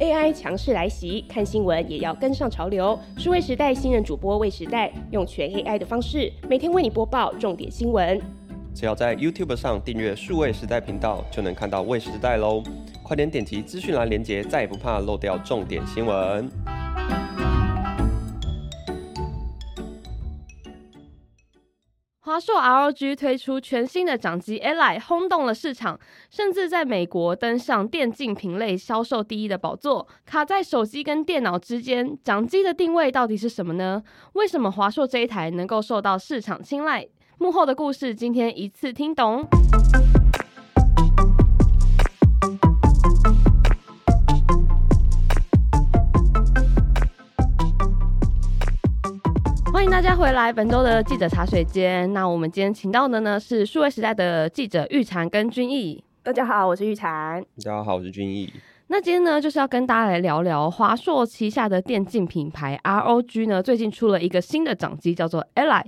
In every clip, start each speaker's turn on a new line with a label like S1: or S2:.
S1: AI 强势来袭，看新闻也要跟上潮流。数位时代新任主播为时代，用全 AI 的方式，每天为你播报重点新闻。
S2: 只要在 YouTube 上订阅数位时代频道，就能看到未时代喽！快点点击资讯栏连接，再也不怕漏掉重点新闻。
S3: 华硕 ROG 推出全新的掌机 Ally，轰动了市场，甚至在美国登上电竞品类销售第一的宝座。卡在手机跟电脑之间，掌机的定位到底是什么呢？为什么华硕这一台能够受到市场青睐？幕后的故事，今天一次听懂。欢迎大家回来，本周的记者茶水间。那我们今天请到的呢是数位时代的记者玉婵跟君毅。
S1: 大家好，我是玉婵。
S2: 大家好，我是君毅。
S3: 那今天呢，就是要跟大家来聊聊华硕旗下的电竞品牌 ROG 呢，最近出了一个新的掌机，叫做 Ally。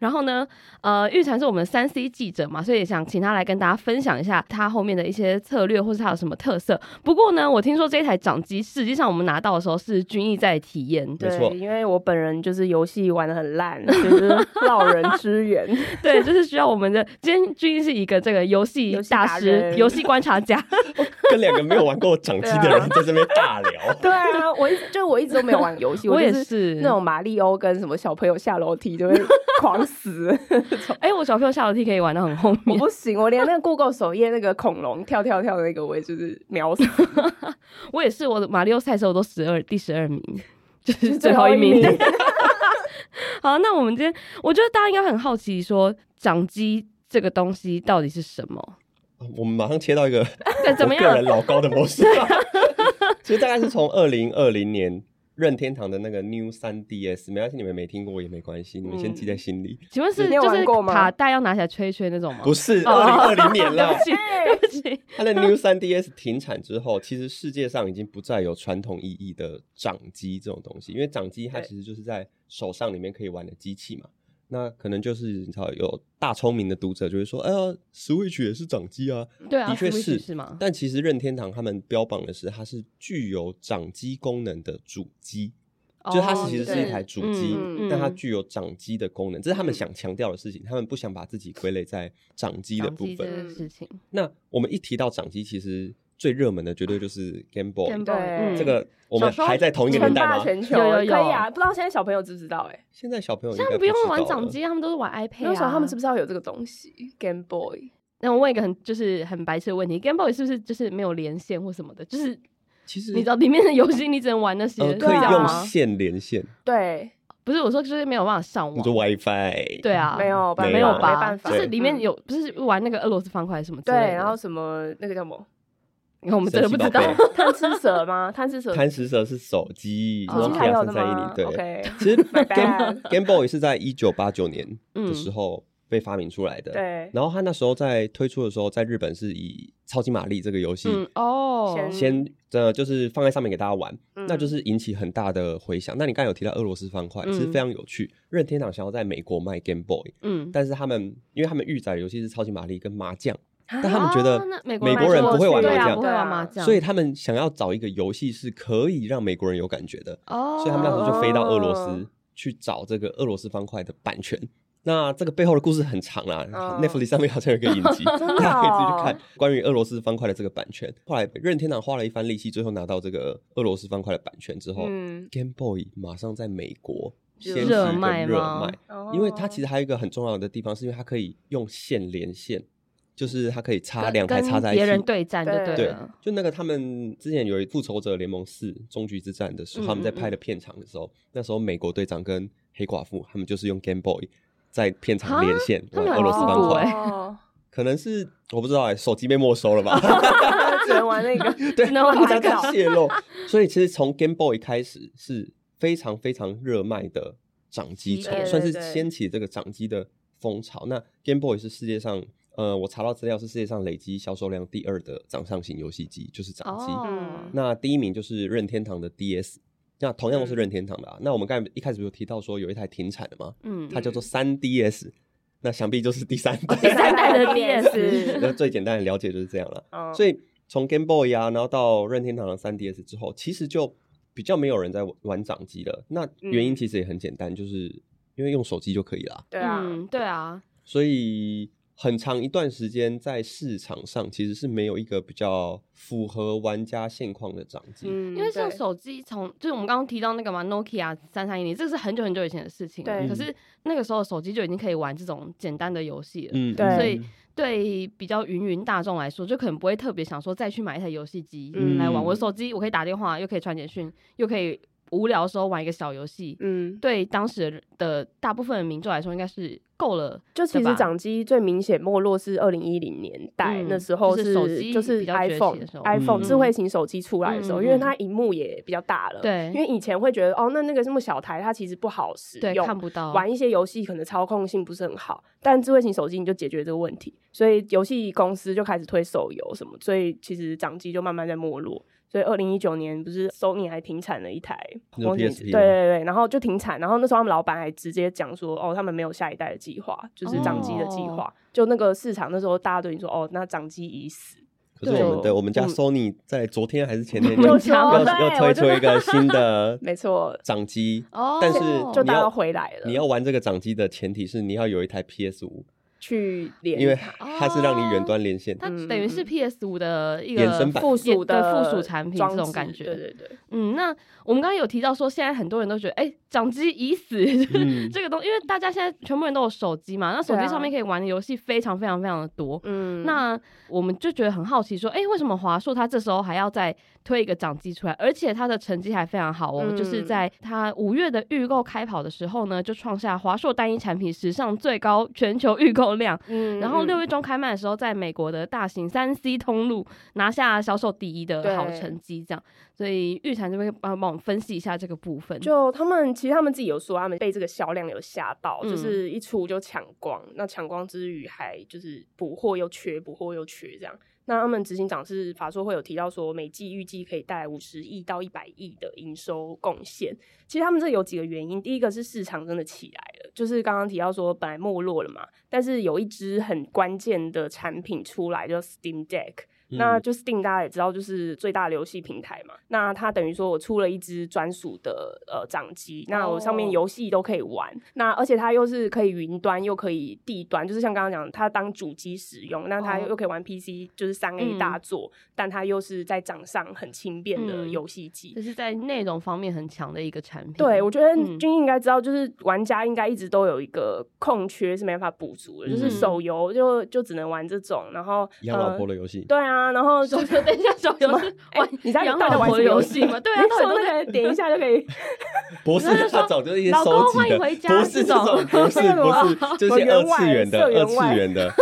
S3: 然后呢，呃，玉婵是我们三 C 记者嘛，所以想请他来跟大家分享一下他后面的一些策略，或是他有什么特色。不过呢，我听说这台掌机实际上我们拿到的时候是君毅在体验，
S2: 没
S1: 对
S2: 错，
S1: 因为我本人就是游戏玩的很烂， 就是老人之缘。
S3: 对，就是需要我们的今天君毅是一个这个游戏
S1: 游戏
S3: 大
S1: 达
S3: 师、
S1: 人，
S3: 游戏观察家。
S2: 跟两个没有玩过掌机的
S3: 啊
S2: 人在这边大聊
S1: 对啊，我一直就 我一直都没有玩游戏，
S3: 我
S1: 就
S3: 也是
S1: 那种马里欧跟什么小朋友下楼梯就会狂死。
S3: 哎、我小朋友下楼梯可以玩到很后
S1: 我
S3: 面。
S1: 不行，我连那个 Google 首页那个恐龙跳跳跳的那个，我也就是秒死，
S3: 我也是，我的马里奥赛车我都十二第十二名，就是
S1: 是
S3: 最后一名。
S1: 最后一名
S3: 好，那我们今天，我觉得大家应该很好奇说掌机这个东西到底是什么？
S2: 我们马上切到一个
S3: 对，怎么
S2: 我个
S3: 样
S2: 人？老高的模式。 其实大概是从二零二零年任天堂的那个 New 三 DS，没关系，你们没听过也没关系，你们先记在心里。
S3: 请问是
S1: 你有
S3: 就是
S1: 玩过吗
S3: 卡带要拿起来吹一吹那种吗？
S2: 不是二零二零年
S3: 对
S2: 啦
S3: 不，起，对不起。
S2: 它的 New 三 DS 停产之后，其实世界上已经不再有传统意义的掌机这种东西，因为掌机它
S3: 对
S2: 其实就是在手上里面可以玩的机器嘛。那可能就是你知道有大聪明的读者就会说，哎呀，Switch 也是掌机啊，
S3: 对啊，
S2: 的确
S3: Switch
S2: 是
S3: 是吗？
S2: 但其实任天堂他们标榜的是它是具有掌机功能的主机， 就它
S3: 哦
S2: 其实是一
S1: 对
S2: 台主机，
S3: 嗯嗯
S2: 但它
S3: 嗯
S2: 具有掌机的功能，这是他们想强调的事情。他们不想把自己归类在掌机的
S3: 掌
S2: 部
S3: 机这
S2: 分。
S1: 嗯
S3: 件事情。
S2: 那我们一提到掌机，其实最热门的绝对就是 Game Boy。
S3: Game
S1: 对
S3: Boy，嗯
S2: 这个我们
S3: 小时候
S2: 还在同一个年
S1: 称
S2: 代
S1: 霸
S2: 吗？
S1: 全球，
S3: 有有有
S1: 可以啊！不知道现在小朋友知不知道、欸？哎、
S2: 现在小朋友应
S3: 现
S2: 该
S3: 在
S2: 不
S3: 不用
S2: 知道
S3: 玩
S2: 了
S3: 掌机，啊他们都是玩 iPad
S1: 那时候
S3: 啊
S1: 他们是不是要有这个东西？Game Boy，
S3: 那我问一个很就是很白痴的问题，Game Boy 是不是就是没有连线或什么的？就是
S2: 其实
S3: 你知道里面的游戏你只能玩那些，
S2: 呃，
S3: 这
S2: 可以
S3: 样
S2: 用
S3: 吗
S2: 线连线，
S1: 对，
S3: 不是我说就是没有办法上
S2: 你说
S3: 网，
S2: WiFi。
S3: 对啊，
S1: 没有办法，
S3: 没有吧？
S1: 没办法，
S3: 就是里面
S1: 嗯
S3: 有不是玩那个俄罗斯方块什么
S2: 嗯
S3: 之
S1: 对，
S3: 类的，
S1: 然后什么那个叫什 么
S3: 你看我们真的不知道
S2: 神奇宝贝
S1: 贪吃蛇吗？贪吃蛇，
S2: 贪食蛇是手机
S3: 手哦机
S2: ，Nokia
S3: 还
S1: 有
S2: 三
S1: 的
S2: 三一
S1: 吗
S2: 零。对
S1: OK
S2: 其 实
S1: My
S2: Game
S1: bad
S2: Game Boy 是在一九八九年
S3: 嗯
S2: 的时候被发明出来的。
S1: 对
S2: 然后它那时候在推出的时候，在日本是以超级玛丽这个游戏
S3: 嗯哦，
S1: 先
S2: 先呃就是放在上面给大家玩，
S1: 嗯
S2: 那就是引起很大的回响。那你刚才有提到俄罗斯方块，其实
S3: 嗯
S2: 非常有趣。任天堂想要在美国卖 Game Boy，
S3: 嗯，
S2: 但是他们因为他们预载的游戏是超级玛丽跟麻将，
S1: 啊
S2: 但他们觉得
S3: 啊那美
S2: 美
S3: 国
S2: 国人不会玩
S3: 对
S2: 麻
S3: 啊
S2: 将
S3: 不会玩麻将，
S2: 所以他们想要找一个游戏是可以让美国人有感觉的，
S3: 哦，
S2: 所以他们那时候就飞到俄罗斯
S1: 哦
S2: 去找这个俄罗斯方块的版权。那这个背后的故事很长啦、
S1: 哦
S2: n e t f l i x 上面好像有一个影 集，
S1: 真的哦
S2: 大家可以自己去看关于俄罗斯方块的这个版权。后来任天堂花了一番力气，最后拿到这个俄罗斯方块的版权之后、
S1: 嗯，
S2: g a m e Boy 马上在美国
S1: 热
S2: 掀起一
S3: 热
S2: 个热
S3: 卖吗
S2: 卖，
S1: 哦
S2: 因为它其实还有一个很重要的地方，是因为它可以用线连线，就是它可以插
S3: 跟
S2: 两台插
S3: 跟
S2: 在一起，
S3: 别人对战就
S1: 对
S2: 对
S3: 了，，
S2: 就那个他们之前有一《复仇者联盟四：终局之战》的时候，
S3: 嗯
S2: 他们在拍的片场的时候，那时候美国队长跟黑寡妇他们就是用 Game Boy 在片场连线
S3: 他
S2: 玩
S3: 们
S2: 俄罗斯
S3: 很复
S2: 方
S3: 古
S2: 块，
S3: 欸
S1: 哦，
S2: 可能是我不知道哎、手机被没收了 吧？
S1: 只能玩那个，
S2: 对，
S3: 只能玩
S2: 不知道
S3: 这个
S2: 它泄露。所以其实从 Game Boy 开始是非常非常热卖的掌机
S3: 对
S2: 产，
S3: 对
S2: 算是
S1: 对对
S2: 掀起这个掌机的风潮。那 Game Boy 是世界上。呃，我查到资料是世界上累积销售量第二的掌上型游戏机，就是掌机。
S3: 哦
S1: 嗯，
S2: 那第一名就是任天堂的 DS，那同样都是
S1: 嗯
S2: 任天堂的、啊。那我们刚才一开始有提到说有一台停产的嘛，
S3: 嗯，哦
S2: 它叫做三 DS，那想必就是第三
S3: 第
S2: 代。
S3: 三代的
S1: DS
S3: DS，
S2: 那最简单的了解就是这样了。
S1: 哦
S2: 所以从 Game Boy 啊，然后到任天堂的 3DS 之后，其实就比较没有人在玩玩掌机了。那原
S3: 嗯
S2: 因其实也很简单，就是因为用手机就可以啦。
S4: 对啊，
S3: 嗯，对啊，
S2: 所以很长一段时间在市场上其实是没有一个比较符合玩家现况的掌机。
S4: 嗯，
S3: 因为像
S4: 对
S3: 手机从就是我们刚刚提到那个嘛，Nokia 三三一零，这个是很久很久以前的事情了。
S4: 对
S3: 可是那个时候手机就已经可以玩这种简单的游戏了。
S2: 嗯，
S4: 对
S3: 所以对比较芸芸大众来说，就可能不会特别想说再去买一台游戏机
S4: 嗯
S3: 来玩。我的手机我可以打电话，又可以传简讯，又可以无聊的时候玩一个小游戏。
S4: 嗯，
S3: 对当时的大部分的民众来说，应该是够了。
S4: 就其
S3: 对
S4: 实
S3: 吧
S4: 掌机最明显没落是二零一零年代、
S3: 嗯
S4: 那时候
S3: 就是
S4: 是
S3: 手机
S4: 就
S3: 比
S4: 是
S3: 较崛起的
S4: iPhone
S3: 时候
S4: iPhone、
S2: 嗯
S4: 智慧型手机出来的时候，
S3: 嗯
S4: 因为它荧幕也比较大了，
S3: 对
S4: 因为以前会觉得哦，那那个这么小台，它其实不好使
S3: 对，看
S4: 用。
S3: 不到。
S4: 玩一些游戏可能操控性不是很好，但智慧型手机你就解决这个问题，所以游戏公司就开始推手游什么，所以其实掌机就慢慢在没落。所以二零一九年不是 Sony 还停产了一台，
S2: 那
S4: 忘记对
S2: PSP
S4: 对
S2: 吗
S4: 对，然后就停产，然后那时候他们老板还直接讲说，哦，他们没有下一代的计划，就是掌机的计划，就那个市场那时候大家都已经说，哦，那掌机已死，
S2: 可是我们
S4: 对
S2: 的我们家
S4: 嗯
S2: Sony 在昨天还是 前天
S4: 就
S2: 要
S4: 说
S2: 要
S4: 对
S2: 要
S4: 我真
S2: 推出
S4: 的
S2: 一个新的
S4: 没错，
S2: 掌机，
S3: 哦，
S2: 但是
S4: 就
S2: 你
S4: 大家
S2: 要
S4: 都回来了，
S2: 你要玩这个掌机的前提是你要有一台 PS 五，
S4: 去连
S2: 因为它是让你远端连线的。
S3: 它
S4: 嗯
S3: 等于是 PS 五的一个
S2: 衍生版
S4: 附属
S3: 对
S4: 的
S3: 附属产品
S4: 装
S3: 这种
S4: 置
S3: 感觉
S4: 对对对，
S3: 嗯，那我们刚刚有提到说，现在很多人都觉得，哎、掌机已死，
S2: 嗯
S3: 这个东，因为大家现在全部人都有手机嘛，那手
S4: 对
S3: 机
S4: 啊
S3: 上面可以玩的游戏非常非常非常的多。
S4: 嗯
S3: 那我们就觉得很好奇，说，哎、为什么华硕它这时候还要再推一个掌机出来，而且它的成绩还非常好哦，
S4: 嗯
S3: 就是在它五月的预购开跑的时候呢，就创下华硕单一产品史上最高全球预购量，
S4: 嗯
S3: 然后六
S4: 月
S3: 月中开卖的时候，在美国的大型三 C 通路拿下销售第一的好成绩，这样。所以玉婵这边帮帮我们分析一下这个部分。
S4: 就他们其实他们自己有说，他们被这个销量有吓到，
S3: 嗯
S4: 就是一出就抢光。那抢光之余，还就是补货又缺，补货又缺这样。那他们执行长是法说会有提到说，每季预计可以带来五十亿到一百亿的营收贡献。其实他们这有几个原因，第一个是市场真的起来了，就是刚刚提到说本来没落了嘛，但是有一支很关键的产品出来，叫 Steam Deck。
S2: 嗯
S4: 那就 Steam 大家也知道，就是最大的游戏平台嘛。那它等于说我出了一支专属的呃掌机，那我上面
S3: 哦
S4: 游戏都可以玩。那而且它又是可以云端又可以地端，就是像刚刚讲，它当主机使用，那它
S3: 哦
S4: 又可以玩 PC，就是三 A
S3: 嗯
S4: 大作，但它又是在掌上很轻便的
S3: 嗯
S4: 游戏机。
S3: 这是在内容方面很强的一个产品。
S4: 对，我觉得
S3: 嗯
S4: 君应该知道，就是玩家应该一直都有一个空缺是没办法补足的，就是
S2: 嗯
S4: 手游就就只能玩这种，然后
S2: 养老
S4: 呃
S2: 婆的游戏，
S4: 对啊，然 后
S3: 手
S4: 就哎
S3: 游，等一下，手游是玩
S4: 你知道
S3: 养
S4: 你到底
S3: 老
S4: 玩
S3: 婆
S4: 什么
S3: 游
S4: 游
S3: 戏 吗？对啊，
S4: 你
S3: 到底
S4: 说
S3: 都
S4: 那个点一下就可 以，
S2: 不是
S3: 他就说
S2: 他早就一些
S3: 老公
S2: 收集
S3: 欢迎
S2: 的
S3: 回，家
S2: 不是
S3: 这种
S2: 种，不是
S4: 那个什
S2: 不是，就是一些
S4: 什么员
S2: 二
S4: 外
S2: 次元的
S4: 社员
S2: 二次
S4: 外
S2: 元的。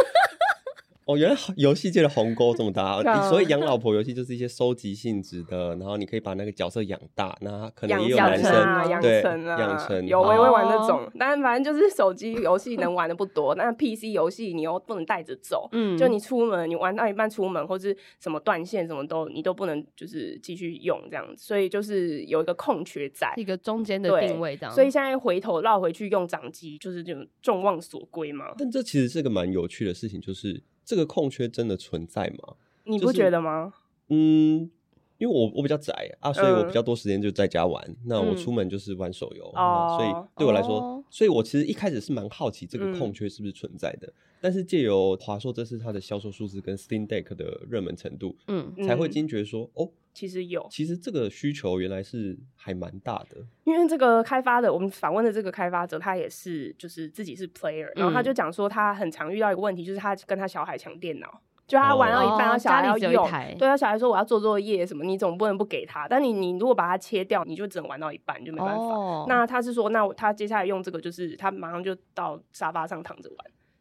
S2: 哦，原来游戏界的鸿沟这么大
S4: 对啊
S2: 啊！所以养老婆游戏就是一些收集性质的，然后你可以把那个角色养大，那可能也有
S3: 养
S2: 男
S3: 成
S2: 生
S4: 啊，养
S2: 对
S4: 成啊，
S2: 养成
S4: 有我也
S3: 哦
S4: 会玩这种，但反正就是手机游戏能玩的不多，但 PC 游戏你又不能带着走。
S3: 嗯
S4: 就你出门，你玩到一半出门，或是什么断线，什么都你都不能，就是继续用这样子，所以就是有一个空缺在
S3: 是。一个中间的
S4: 对
S3: 定位这样。
S4: 所以现在回头绕回去用掌机，就是这种众望所归嘛，
S2: 但这其实是个蛮有趣的事情，就是这个空缺真的存在吗？
S4: 你
S2: 就
S4: 不
S2: 是
S4: 觉得吗？
S2: 嗯，因为我我比较宅啊，所以我
S4: 嗯
S2: 比较多时间就在家玩。那我
S4: 嗯
S2: 出门就是玩手游，
S4: 哦
S2: 啊所以对我来说，
S3: 哦
S2: 所以我其实一开始是蛮好奇这个
S4: 嗯
S2: 空缺是不是存在的。但是借由华硕这次它的销售数字跟 Steam Deck 的热门程度，
S3: 嗯，
S2: 才会
S4: 嗯
S2: 惊觉说，哦，
S4: 其实有，
S2: 其实这个需求原来是还蛮大的。
S4: 因为这个开发的，我们访问的这个开发者，他也是就是自己是 player，然
S3: 嗯
S4: 后他就讲说他很常遇到一个问题，就是他跟他小孩抢电脑，就他玩到一半，
S3: 哦
S4: 他小孩
S3: 家
S4: 要
S3: 里只有
S4: 用
S3: 一，台
S4: 对他小孩说我要做作业什么，你总不能不给他，但你你如果把它切掉，你就只能玩到一半，你就没办法。
S3: 哦，
S4: 那他是说，那我他接下来用这个，就是他马上就到沙发上躺着玩，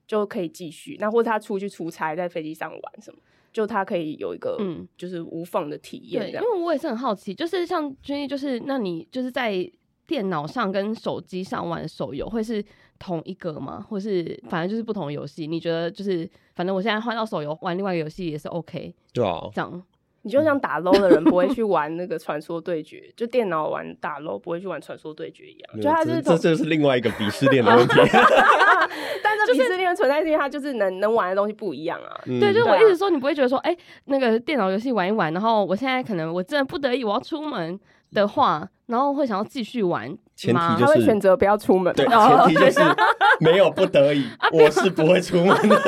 S4: 就可以继续。那或者他出去出差，在飞机上玩什么，就他可以有一个
S3: 嗯
S4: 就是无缝的体验
S3: 对，
S4: 这样。
S3: 因为我也是很好奇，就是像君毅，就是那你就是在电脑上跟手机上玩的手游会是同一个吗？或是反正就是不同的游戏？你觉得就是反正我现在换到手游玩另外一个游戏也是 OK
S2: 对啊，
S3: 这样？
S4: 你就像打 LO 的人不会去玩那个传说对决，就电脑玩打 LO 不会去玩传说对决一样，
S2: 没
S4: 就
S2: 有
S4: 它
S2: 这
S4: 是
S2: 这
S4: 同
S2: 就是另外一个鄙视链的 问题。
S4: 但是鄙视链存在是因为它就是能能玩的东西不一样啊。
S2: 嗯
S3: 对，就是我
S4: 对啊
S3: 一直说，你不会觉得说，哎、那个电脑游戏玩一玩，然后我现在可能我真的不得已我要出门的话，然后会想要继续玩
S2: 前提
S3: 吗？
S2: 就
S4: 他
S2: 是
S4: 会选择不要出门，啊
S2: 对，
S3: 哦
S2: 前提就是没有不得已，我是不会出门的。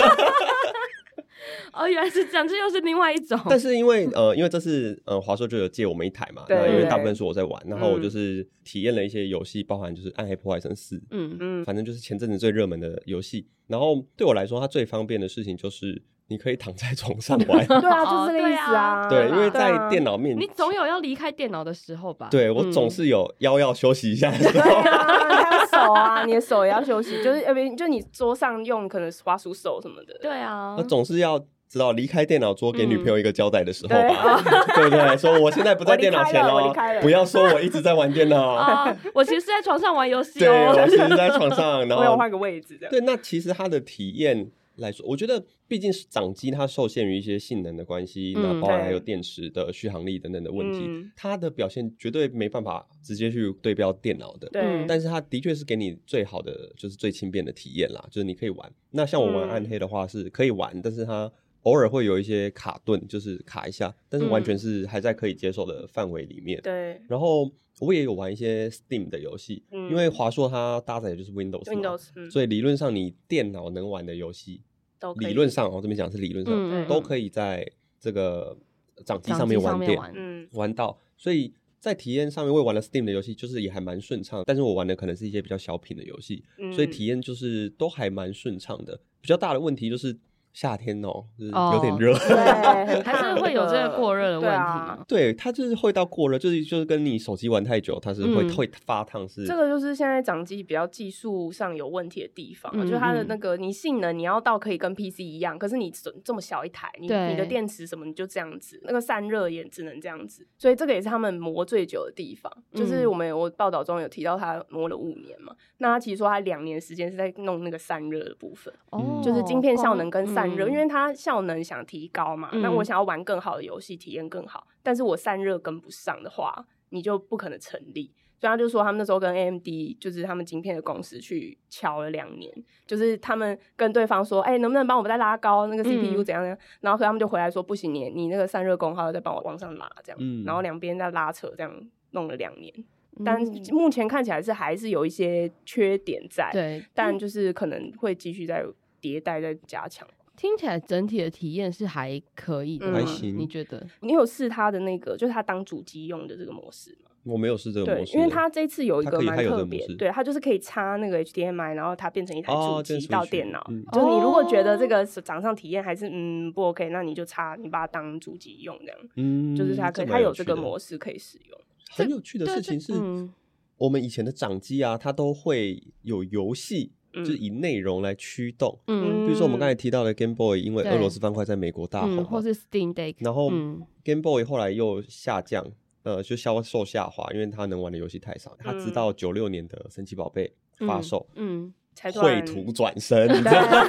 S3: 哦，原来是这样，这又是另外一种。
S2: 但是因为呃，因为这次呃，华硕就有借我们一台嘛，
S4: 对
S2: 那因为
S4: 对
S2: 大部分是我在玩，然后我
S4: 嗯
S2: 就是体验了一些游戏，包含就是《暗黑破坏神四》，
S3: 嗯，
S4: 嗯，
S2: 反正就是前阵子最热门的游戏。然后对我来说，它最方便的事情就是你可以躺在床上玩，
S4: 对啊，
S3: 哦
S4: 就这个意思啊。
S2: 对，因为
S4: 对啊
S2: 在电脑面
S3: 你，总有要离开电脑的时候吧？
S2: 对我总
S3: 嗯
S2: 是有腰要休息一下的时
S4: 对
S2: 候。
S4: 啊，还有手啊，你的手也要休息，就是呃，不，就你桌上用可能滑鼠手什么的，
S3: 对啊
S2: 那，
S4: 嗯
S2: 总是要知道离开电脑桌给女朋友一个交代的时候
S4: 对
S2: 吧， 对不对？说我现在不在
S4: 我离
S2: 电脑
S4: 开
S2: 前
S4: 了我
S2: 哦
S4: 离开了，
S2: 不要说我一直在玩电脑，
S3: 啊，我其实是在床上玩游 戏
S2: 对我
S3: 哦。
S2: 其实在床上，然
S4: 我有
S2: 后
S4: 换个位置这样。
S2: 对，那其实它的体验来说，我觉得毕竟是掌机它受限于一些性能的关系，那
S3: 嗯
S2: 包含还
S4: 对
S2: 有电池的续航力等等的问题，
S4: 嗯
S2: 它的表现绝对没办法直接去对标电脑的。
S3: 嗯
S4: 对，
S2: 但是它的确是给你最好的，就是最轻便的体验啦，就是你可以玩。那像我
S4: 嗯
S2: 玩暗黑的话是可以玩，但是它偶尔会有一些卡顿，就是卡一下，但是完全是还在可以接受的范围里面。
S4: 嗯对
S2: 然后我也有玩一些 Steam 的游戏，
S4: 嗯
S2: 因为华硕它搭载的就是 Windows 嘛
S4: ，Windows，嗯，
S2: 所以理论上你电脑能玩的游戏，
S4: 都可以
S2: 理论，上我哦这边讲是理论上、
S3: 嗯
S2: 都可以在这个掌机
S3: 掌
S2: 上
S3: 机
S2: 面
S3: 上
S2: 玩
S3: 面
S2: 电
S3: 玩
S4: 嗯，
S2: 玩到，所以在体验上面我也玩了 Steam 的游戏，就是也还蛮顺畅。但是我玩的可能是一些比较小品的游戏，
S4: 嗯
S2: 所以体验就是都还蛮顺畅的。比较大的问题就是夏天哦，就是
S3: 哦
S2: 有点热。
S4: 对，很啊
S3: 还是会有这个过热的问题
S4: 嘛？
S3: 嘛？
S2: 对，它就是会到过热，就是就是跟你手机玩太久，它是会、
S3: 嗯
S2: 会发烫是。
S4: 这个就是现在掌机比较技术上有问题的地方啊，
S3: 嗯
S4: 就是它的
S3: 嗯
S4: 那个你性能你要到可以跟 PC 一样，可是你这这么小一台，你
S3: 对
S4: 你的电池什么你就这样子，那个散热也只能这样子，所以这个也是他们磨最久的地方。就是
S3: 嗯
S4: 我们我报道中有提到他磨了五年嘛，那他其实说他两年时间是在弄那个散热的部分，
S3: 哦，
S4: 就是晶片效能跟散热，
S3: 嗯
S4: 因为它效能想提高嘛，
S3: 嗯
S4: 那我想要玩更好的游戏，体验更好，但是我散热跟不上的话，你就不可能成立。所以他就说，他们那时候跟 AMD 就是他们晶片的公司去敲了两年，就是他们跟对方说，哎、能不能帮我们再拉高那个 CPU
S3: 嗯
S4: 怎样怎样？然后可他们就回来说，不行，你你那个散热功耗要再帮我往上拉这样，
S2: 嗯
S4: 然后两边在拉扯这样弄了两年，
S3: 嗯
S4: 但目前看起来是还是有一些缺点在，
S3: 对，
S4: 但就是可能会继续再迭代、再加强。
S3: 听起来整体的体验是还可以的吗，
S4: 还
S2: 行
S3: 你觉得？
S4: 你有试它的那个，就是它当主机用的这个模式吗？
S2: 我没有试这个
S4: 对
S2: 模，式，
S4: 因为它这次有一
S2: 它
S4: 个
S2: 可以
S4: 蛮
S2: 它有这
S4: 特
S2: 个模
S4: 别
S2: 式，
S4: 对，它就是可以插那个 HDMI，然后它变成一台主
S2: 哦这
S4: 机
S2: 是
S4: 到
S2: Switch
S4: 电脑。
S2: 嗯
S4: 就你如果觉得这个掌上体验还是嗯不 OK，那你就插，你把它当主机用这样。
S2: 嗯，
S4: 就是它可以，
S2: 蛮
S4: 它有
S2: 趣
S4: 这个
S2: 的
S4: 模式可以使用。
S2: 很有趣的
S3: 对
S2: 事
S3: 这
S2: 情是，
S3: 嗯
S2: 我们以前的掌机啊，它都会有游戏，就是以内容来驱动。
S3: 嗯
S2: 比如说我们刚才提到的 Game Boy，因为
S3: 对
S2: 俄罗斯方块在美国大红
S3: 嗯，
S2: 嘛，
S3: 或是 Steam Deck，
S2: 然后
S3: 嗯
S2: Game Boy 后来又下降，呃，就销售下滑，因为它能玩的游戏太少。它直到九六年的神奇宝贝发售，
S3: 嗯，
S4: 才
S2: 绘
S4: 算
S2: 图转 身，你知
S4: 对
S2: 道吗？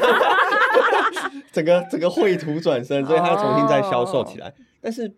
S2: 整个整个绘图转身，所以它又重新再销售起来。
S3: 哦
S2: 但是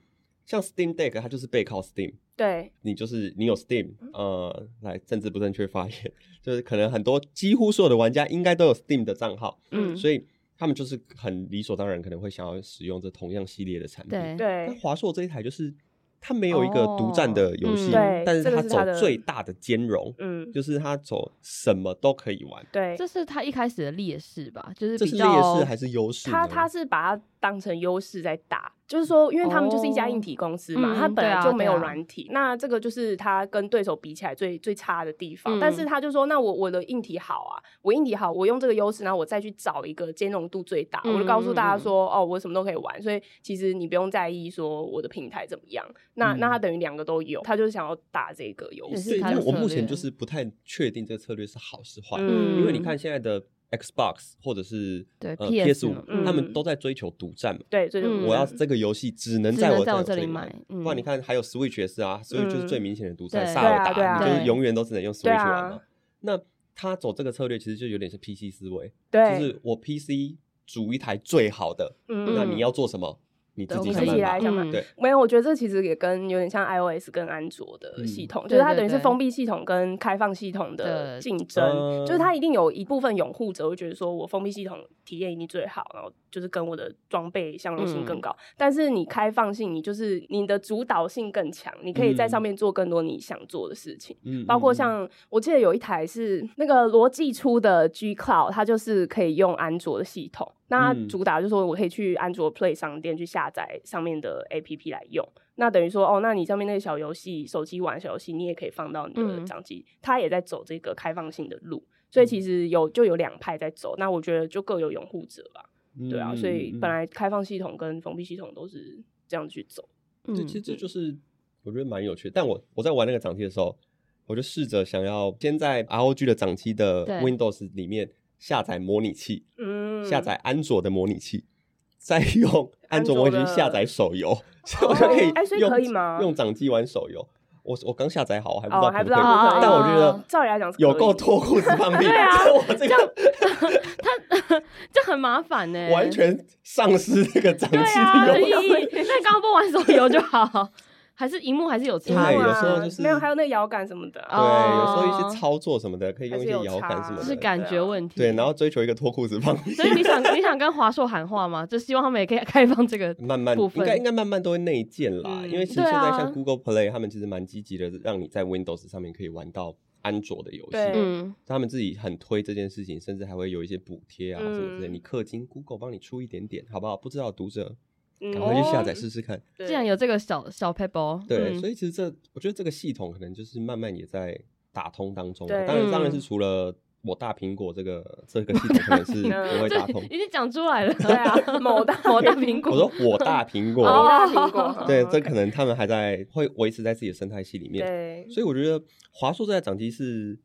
S2: 像 Steam Deck，它就是背靠 Steam，
S4: 对，
S2: 你就是你有 Steam，呃，来政治不正确发言，就是可能很多几乎所有的玩家应该都有 Steam 的账号，
S3: 嗯
S2: 所以他们就是很理所当然可能会想要使用这同样系列的产品。
S3: 对，
S2: 那
S4: 对
S2: 华硕这一台就是它没有一个独占的游戏，
S3: 哦嗯
S4: 对
S2: 但
S4: 这个
S2: 它
S4: 是它的
S2: 走最大的兼容，
S4: 嗯，
S2: 就是它走什么都可以玩，
S4: 对，
S3: 这是他一开始的劣势吧？就是
S2: 这
S3: 比
S2: 是劣
S3: 较
S2: 势还是优势呢？
S4: 他他是把它当成优势在打，就是说，因为他们就是一家硬体公司嘛，
S3: 哦嗯
S4: 他本
S3: 对
S4: 来
S3: 啊
S4: 就没有
S3: 对啊
S4: 软体，那这个就是他跟对手比起来最最差的地方。
S3: 嗯
S4: 但是他就说，那我我的硬体好啊，我硬体好，我用这个优势，然后我再去找一个兼容度最大，
S3: 嗯
S4: 我就告诉大家说，哦，我什么都可以玩，所以其实你不用在意说我的平台怎么样。那、
S2: 嗯
S4: 那他等于两个都有，他就是想要打这个优
S3: 也
S4: 势。
S2: 对，
S3: 是它
S2: 因
S3: 的
S2: 为我
S3: 策
S2: 目
S3: 略
S2: 前就是不太确定这个策略是好是坏，
S4: 嗯
S2: 因为你看现在的 Xbox 或者是
S3: 对
S2: 呃
S3: PS
S2: 五
S3: 嘛，
S4: 嗯
S2: 他们都在追求独占嘛。
S4: 对，所以就
S3: 嗯
S2: 我要这个游戏只能
S3: 只
S2: 在
S3: 能
S2: 我
S3: 在我
S2: 这
S3: 这里
S2: 买
S3: 买，嗯
S2: 不然你看还有 Switch 也是啊，Switch 就是最明显的独占，
S3: 对
S2: 萨
S4: 嗯
S2: 尔
S4: 对啊
S2: 达
S4: 对啊
S2: 你就是永远都只能用 Switch
S4: 对啊
S2: 玩嘛。那他走这个策略其实就有点是 PC 思维，就
S4: 对，
S2: 是我 PC 组一台最好的，
S4: 嗯
S2: 那你要做什么？你
S4: 对
S2: 自己
S4: 我
S2: 想
S4: 自己
S2: 办
S4: 来
S2: 法。
S4: 想办
S3: 嗯
S2: 对
S4: 没有，我觉得这其实也跟有点像 iOS 跟安卓的
S2: 嗯
S4: 系统，
S3: 对
S4: 就是它
S3: 对
S4: 等于是
S3: 对
S4: 封闭系统跟开放系统的
S3: 的
S4: 竞争，
S2: 嗯
S4: 就是它一定有一部分拥护者会觉得说我封闭系统体验一定最好，然后就是跟我的装备相容性
S3: 嗯
S4: 更高。但是你开放性，你就是你的主导性更强，你可以
S3: 嗯
S4: 在上面做更多你想做的事情。
S2: 嗯
S4: 包括
S2: 嗯
S4: 像我记得有一台是那个罗技出的 G Cloud，它就是可以用安卓的系统。那它
S2: 嗯
S4: 主打就是说我可以去安卓 Play 商店去下载上面的 APP 来用。那等于说，哦，那你上面那个小游戏，手机玩小游戏，你也可以放到你的
S3: 嗯
S4: 掌机。它也在走这个开放性的路，所
S2: 嗯
S4: 以其实有就有两派在走。那我觉得就各有拥护者吧，
S2: 嗯
S4: 对啊。
S2: 嗯
S4: 所以
S2: 嗯嗯
S4: 本来开放系统跟封闭系统都是这样去走。
S2: 这
S3: 嗯
S2: 其实这就是我觉得蛮有趣的。但我我在玩那个掌机的时候，我就试着想要先在 ROG 的掌机的
S3: 对
S2: Windows 里面下载模拟器，
S4: 嗯，
S2: 下载安卓的模拟器，再用安卓
S4: 安
S2: 模
S4: 卓
S2: 拟器
S4: 的哦
S2: 下载手游，所以我就可以
S4: 哎所以
S2: 用
S4: 可以吗
S2: 用掌机玩手游。我我刚下载好，我还不知
S4: 哦，
S2: 道
S4: 还
S2: 可
S4: 不
S2: 不
S4: 知
S2: 可
S4: 道
S2: 以。
S4: 可不可以，
S2: 但我觉得
S4: 哦照理来讲是
S2: 有
S4: 可
S2: 够
S4: 以
S2: 脱裤子放 屁，
S3: 对啊
S2: 所以我这个
S3: 这很麻烦欸呢、
S2: 完全丧失这个掌机
S3: 对啊，
S2: 的
S3: 有
S2: 用
S3: 意义。那刚刚不玩手游就好， 还是荧幕还是有差
S2: 对
S4: 哇
S2: 有
S3: 嘛？
S2: 时候就是
S4: 啊没有，还有那个摇杆什么的。啊
S3: 哦
S2: 对，有时候一
S3: 哦
S2: 些操作什么的，可以用一些
S4: 还是有
S2: 摇杆什
S4: 差
S2: 么的，
S3: 就是感觉问题。
S2: 对，然后追求一个脱裤子放屁，
S3: 所以你想你想跟华硕喊话吗？就希望他们也可以开放这个。
S2: 慢慢
S3: 部
S2: 应
S3: 分
S2: 该应该慢慢都会内建啦，
S4: 嗯
S2: 因为其实
S3: 对
S2: 现在
S3: 啊
S2: 像 Google Play 他们其实蛮积极的，让你在 Windows 上面可以玩到安卓的游
S4: 对
S2: 戏，
S3: 嗯，
S2: 他们自己很推这件事情，甚至还会有一些补贴啊什么之类，
S4: 嗯
S2: 你氪金 Google 帮你出一点点，好不好？不知道的读者
S4: 嗯
S2: 赶快去下载试试看。
S4: 对
S3: 竟然有这个小小 paper，
S2: 对，
S3: 哦嗯
S2: 所以其实这我觉得这个系统可能就是慢慢也在打通当中啊，
S4: 对
S2: 当然当然
S3: 嗯
S2: 是除了。我大苹果这个这个系统可能是 不会
S3: 这
S2: 打通，
S3: 已经讲出来了。
S4: 对啊，某大
S3: 某大苹
S2: 我
S3: 果，
S2: 说我大苹果，
S4: 某
S3: 哦
S4: 大苹果，
S2: 对，
S4: 嗯
S2: 这可能他们还在会维持在自己的生态系里面。
S4: 对
S2: 所以我觉得华硕这台掌机是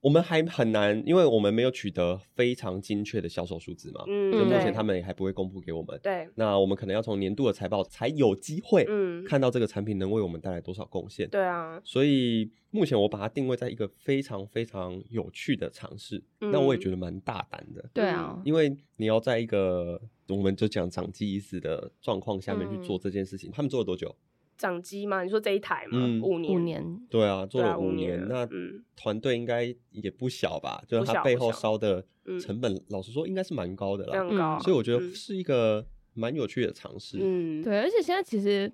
S2: 我们还很难，因为我们没有取得非常精确的销售数字嘛，
S4: 嗯
S2: 就目
S4: 对
S2: 前他们也还不会公布给我们。
S4: 对，
S2: 那我们可能要从年度的财报才有机会
S4: 嗯，
S2: 看到这个产品能为我们带来多少贡献。
S4: 对啊，
S2: 所以目前我把它定位在一个非常非常有趣的尝试，
S4: 嗯
S2: 那我也觉得蛮大胆的。
S3: 对啊，
S2: 因为你要在一个我们就讲长期已死的状况下面去
S3: 嗯
S2: 做这件事情，他们做了多久？
S4: 掌机嘛，你说这一台嘛
S2: 嗯，
S4: 五年，
S3: 五，年，
S2: 对啊，做
S4: 对啊
S2: 了
S4: 五
S2: 五
S4: 年了
S2: 那
S4: 嗯
S2: 团队应该也不小吧？就
S4: 不
S2: 是
S4: 小
S2: 他背
S4: 不
S2: 后
S4: 小
S2: 烧的
S4: 嗯
S2: 成本，老实说应该是蛮高的
S4: 非
S2: 啦。
S4: 常高，
S2: 所以我觉得
S4: 嗯
S2: 是一个蛮有趣的尝试。
S4: 嗯，
S3: 对，而且现在其实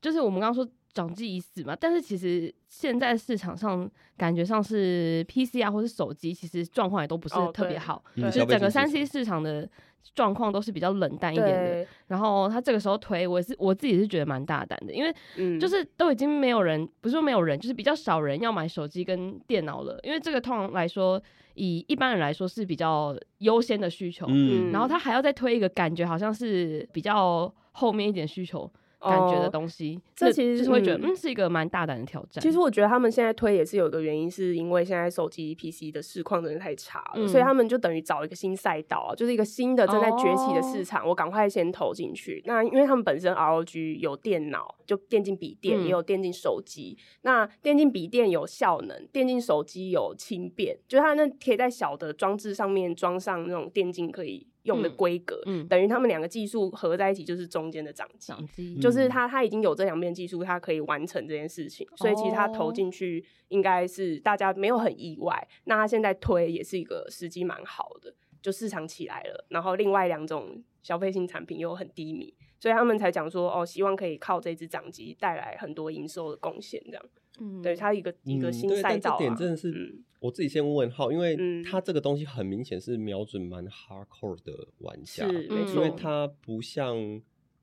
S3: 就是我们刚刚说长记已死嘛，但是其实现在市场上感觉上是 PC 啊，或是手机，其实状况也都不是
S4: 哦
S3: 特
S4: 对
S3: 别好，
S2: 嗯
S4: 对
S3: 就是
S2: 消费
S3: 整个
S2: 性
S3: 三
S2: 市场
S3: C 市场的状况都是比较冷淡一点的。
S4: 对，
S3: 然后他这个时候推，我也是我自己是觉得蛮大胆的，因为
S4: 嗯，
S3: 就是都已经没有人，不是说没有人，就是比较少人要买手机跟电脑了，因为这个通常来说，以一般人来说是比较优先的需求。
S2: 嗯，
S3: 然后他还要再推一个感觉好像是比较后面一点需求感觉的
S4: 哦
S3: 东西，
S4: 这
S3: 那
S4: 其实
S3: 就是会觉得
S4: 嗯
S3: 嗯是一个蛮大胆的挑战。
S4: 其实我觉得他们现在推也是有一个原因，是因为现在手机 PC 的市况真的太差了，
S3: 嗯
S4: 所以他们就等于找一个新赛道啊，就是一个新的正在崛起的市
S3: 哦
S4: 场，我赶快先投进去。那因为他们本身 ROG 有电脑，就电竞笔电，
S3: 嗯
S4: 也有电竞手机。那电竞笔电有效能，电竞手机有轻便，就是它那可以在小的装置上面装上那种电竞可以用的
S3: 嗯
S4: 规格，
S3: 嗯
S4: 等于他们两个技术合在一起就是中间的掌机。
S3: 掌机
S2: 嗯
S4: 就是他他已经有这两边技术，他可以完成这件事情，所以其实他投
S3: 哦
S4: 进去应该是大家没有很意外。那他现在推也是一个时机蛮好的，就市场起来了，然后另外两种消费性产品又很低迷。所以他们才讲说，哦，希望可以靠这只掌机带来很多营收的贡献，这样。
S3: 嗯
S4: 对，它一个一个
S2: 嗯
S4: 新
S2: 对
S4: 赛
S2: 但
S4: 道、啊
S2: 这点真的是
S4: 嗯
S2: 我自己先问号，因为
S4: 嗯
S2: 它这个东西很明显是瞄准蛮 hardcore 的玩家，
S4: 是没
S3: 嗯
S4: 错，
S2: 因为它不像。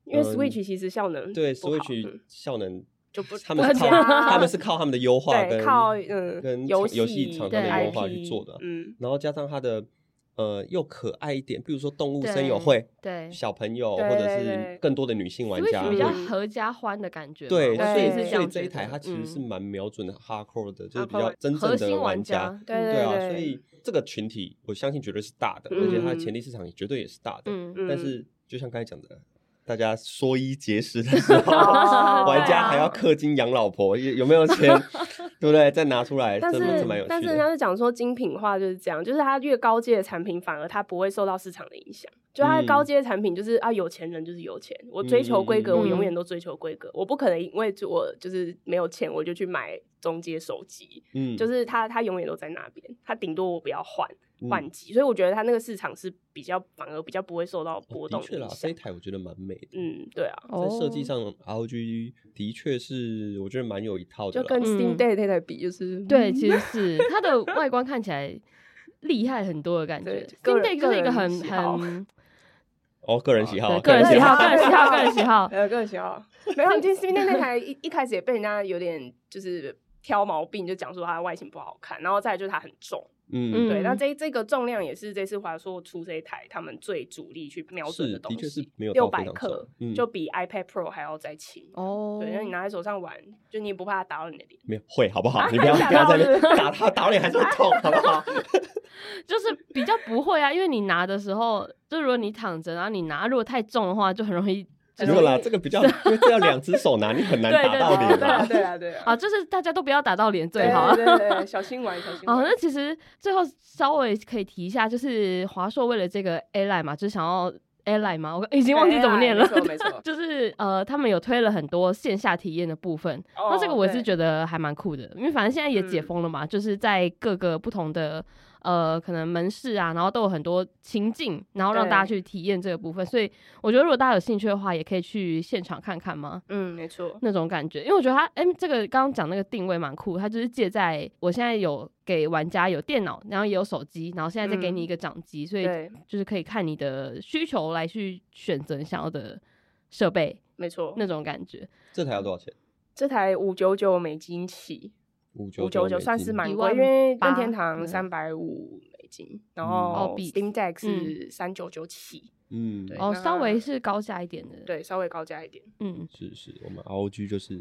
S4: 因为
S2: 嗯
S4: Switch 其实效能
S2: 对
S4: 不好
S2: Switch
S4: 嗯
S2: 效能
S4: 就不
S2: 他们是
S4: 不
S2: 靠
S4: 佳
S2: 他们是靠他们的优化
S4: 对
S2: 跟
S4: 靠嗯
S2: 跟
S4: 游
S2: 游戏
S4: 戏
S2: 厂
S3: 对
S2: 商的优化
S4: IP
S2: 去做的，
S4: 嗯
S2: 然后加上它的呃又可爱一点，比如说动物
S3: 对
S2: 声友会、
S3: 对
S2: 小朋友
S4: 对
S2: 或者
S4: 对对
S2: 是更多的女性玩
S3: Switch
S2: 家，
S3: 比较
S4: 嗯
S3: 合家欢的感觉嘛，
S2: 对，
S3: 我
S2: 所
S3: 自己
S2: 以
S4: 对
S3: 是
S2: 所
S3: 这
S2: 以
S3: 样
S2: 这一
S3: 觉
S2: 台
S3: 得
S2: 它其实是
S3: 嗯
S2: 蛮瞄准 hardcore 的，就是比
S4: hardcore
S2: 较真
S3: 核
S2: 正
S3: 心
S2: 的
S3: 玩
S2: 家。
S4: 对
S2: 对啊，
S4: 对
S2: 所以这个群体，我相信绝对是大的，
S4: 嗯
S2: 而且它的潜力市场也绝对也是大的。
S3: 嗯
S4: 嗯
S2: 但是就像刚才讲的，大家缩衣节食的时候，
S4: 哦
S2: 玩
S4: 对
S2: 家
S4: 啊
S2: 还要氪金养老婆，有有没有钱，对不对？再拿出来，
S4: 但
S2: 真的是蛮有
S4: 是
S2: 趣的。
S4: 但是人家是讲说精品化就是这样，就是它越高阶的产品反而它不会受到市场的影响，就它的高
S2: 嗯
S4: 阶产品就是、啊，有钱人就是有钱，我追求规格，
S3: 嗯嗯嗯
S4: 我永
S3: 嗯
S4: 远都追求规格，我不可能因为就我就是没有钱，我就去买中阶手机，
S2: 嗯，
S4: 就是它它永远都在那边，它顶多我不要换
S2: 嗯
S4: 换机，所以我觉得它那个市场是比较反而比较不会受到
S2: 哦
S4: 波
S2: 的
S4: 动
S2: 确啦
S4: 影，
S2: 这
S4: 响
S2: 一。台我觉得蛮美的。
S4: 嗯，对啊，
S2: 在设计
S3: 哦
S2: 上，ROG 的确是我觉得蛮有一套的
S4: 就
S2: 啦。
S4: 跟
S3: 嗯
S4: Steam Day 那台比，就是嗯
S3: 对，其实是它的外观看起来厉害很多的感觉
S4: 对。
S3: Steam
S4: 个人
S3: Deck 就是一
S4: 个
S3: 个
S4: 人
S3: 很
S4: 喜好
S3: 很
S2: 哦，个人喜好，
S3: 对个人喜好，个
S4: 个
S3: 人
S4: 人
S3: 喜
S4: 喜
S3: 好，
S4: 好
S3: 个人喜好。
S4: 呃，个人喜
S3: 哦
S4: 好。没有，其实 Steam Day 那台一一开始也被人家有点就是挑毛病，就讲说它的外形不好看，然后再来就是它很重。
S2: 嗯，
S4: 对，那
S3: 嗯
S4: 这这个重量也是这次华硕出这一台他们最主力去瞄准
S2: 是
S4: 的东
S2: 的确是
S4: 西，
S2: 没有
S4: 六
S2: 到非
S4: 百
S2: 常
S4: 克
S2: 重，嗯
S4: 就比 iPad Pro 还要再轻。
S3: 哦，
S4: 对，那你拿在手上玩，就你也不怕它打到你的脸。
S2: 没有会好不好？
S4: 啊
S2: 你不要
S4: 吓
S2: 不要
S4: 到
S2: 在那边
S4: 是不是
S2: 打他打脸还是会痛，好不 好？
S3: 就是比较不会啊，因为你拿的时候，就如果你躺着，然后你拿，如果太重的话，就很容易
S4: 很
S2: 哎没有啦，
S4: 容易
S2: 这个比较，因为这要两只手拿，你很难
S3: 对
S2: 打
S3: 对
S2: 到
S3: 对
S2: 脸
S4: 对
S2: 啦
S4: 啊，。对啊，对
S3: 啊，
S4: 啊，
S3: 就是大家都不要打到脸
S4: 对
S3: 最好啊。
S4: 对对对，小心玩，小心
S3: 哦，
S4: 玩。
S3: 那其实最后稍微可以提一下，就是华硕为了这个 A Line 嘛，就是想要 A Line 嘛，我已经忘记怎么念了。
S4: 哎没。错没错
S3: 就是呃，他们有推了很多线下体验的部分，那这个我是
S4: 得
S3: 觉得还蛮酷的，因为反正现在也
S4: 嗯
S3: 解封了嘛，就是在各个不同的呃可能门市啊，然后都有很多情境，然后让
S4: 对
S3: 大家去体验这个部分。所以我觉得如果大家有兴趣的话，也可以去现场看看嘛。
S4: 嗯，没错。
S3: 那种感觉，因为我觉得它，哎、这个刚刚讲那个定位蛮酷，它就是借在我现在有给玩家有电脑，然后也有手机，然后现在再给你一个掌机，所以
S4: 嗯对，
S3: 就是可以看你的需求来去选择你想要的设备
S4: 没错。
S3: 那种感觉。
S2: 这台要多少钱？
S4: 这台五九九美金起，
S2: 五九
S4: 五九九
S2: 美
S4: 算
S2: 金
S4: 是蛮
S3: 一
S4: 贵，
S3: 万
S4: 因为
S3: 八
S4: 任天堂
S3: 对
S4: 三百五美金，然
S3: 哦
S4: 后
S3: 比
S4: Steam Deck
S3: 嗯
S4: 是三九九起，
S2: 嗯，
S4: 对
S3: 哦，
S4: 那
S3: 稍微是高价一点的，，
S4: 对，稍微高价一点。
S3: 嗯，
S2: 是是，我们 ROG 就是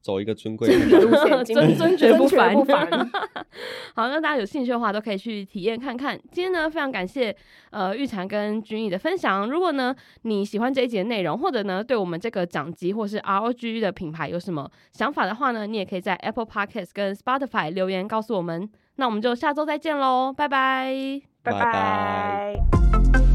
S2: 走一个尊贵的
S4: 品
S2: 路
S4: 路线，精品
S3: 尊爵不
S4: 尊
S3: 凡
S4: 不凡。
S3: 好，那大家有兴趣的话，都可以去体验看看。今天呢，非常感谢呃玉婵跟君毅的分享。如果呢你喜欢这一节内容，或者呢对我们这个掌机或是 ROG 的品牌有什么想法的话呢，你也可以在 Apple Podcast 跟 Spotify 留言告诉我们。那我们就下周再见喽，拜拜。
S4: 拜
S2: 拜拜
S4: 拜。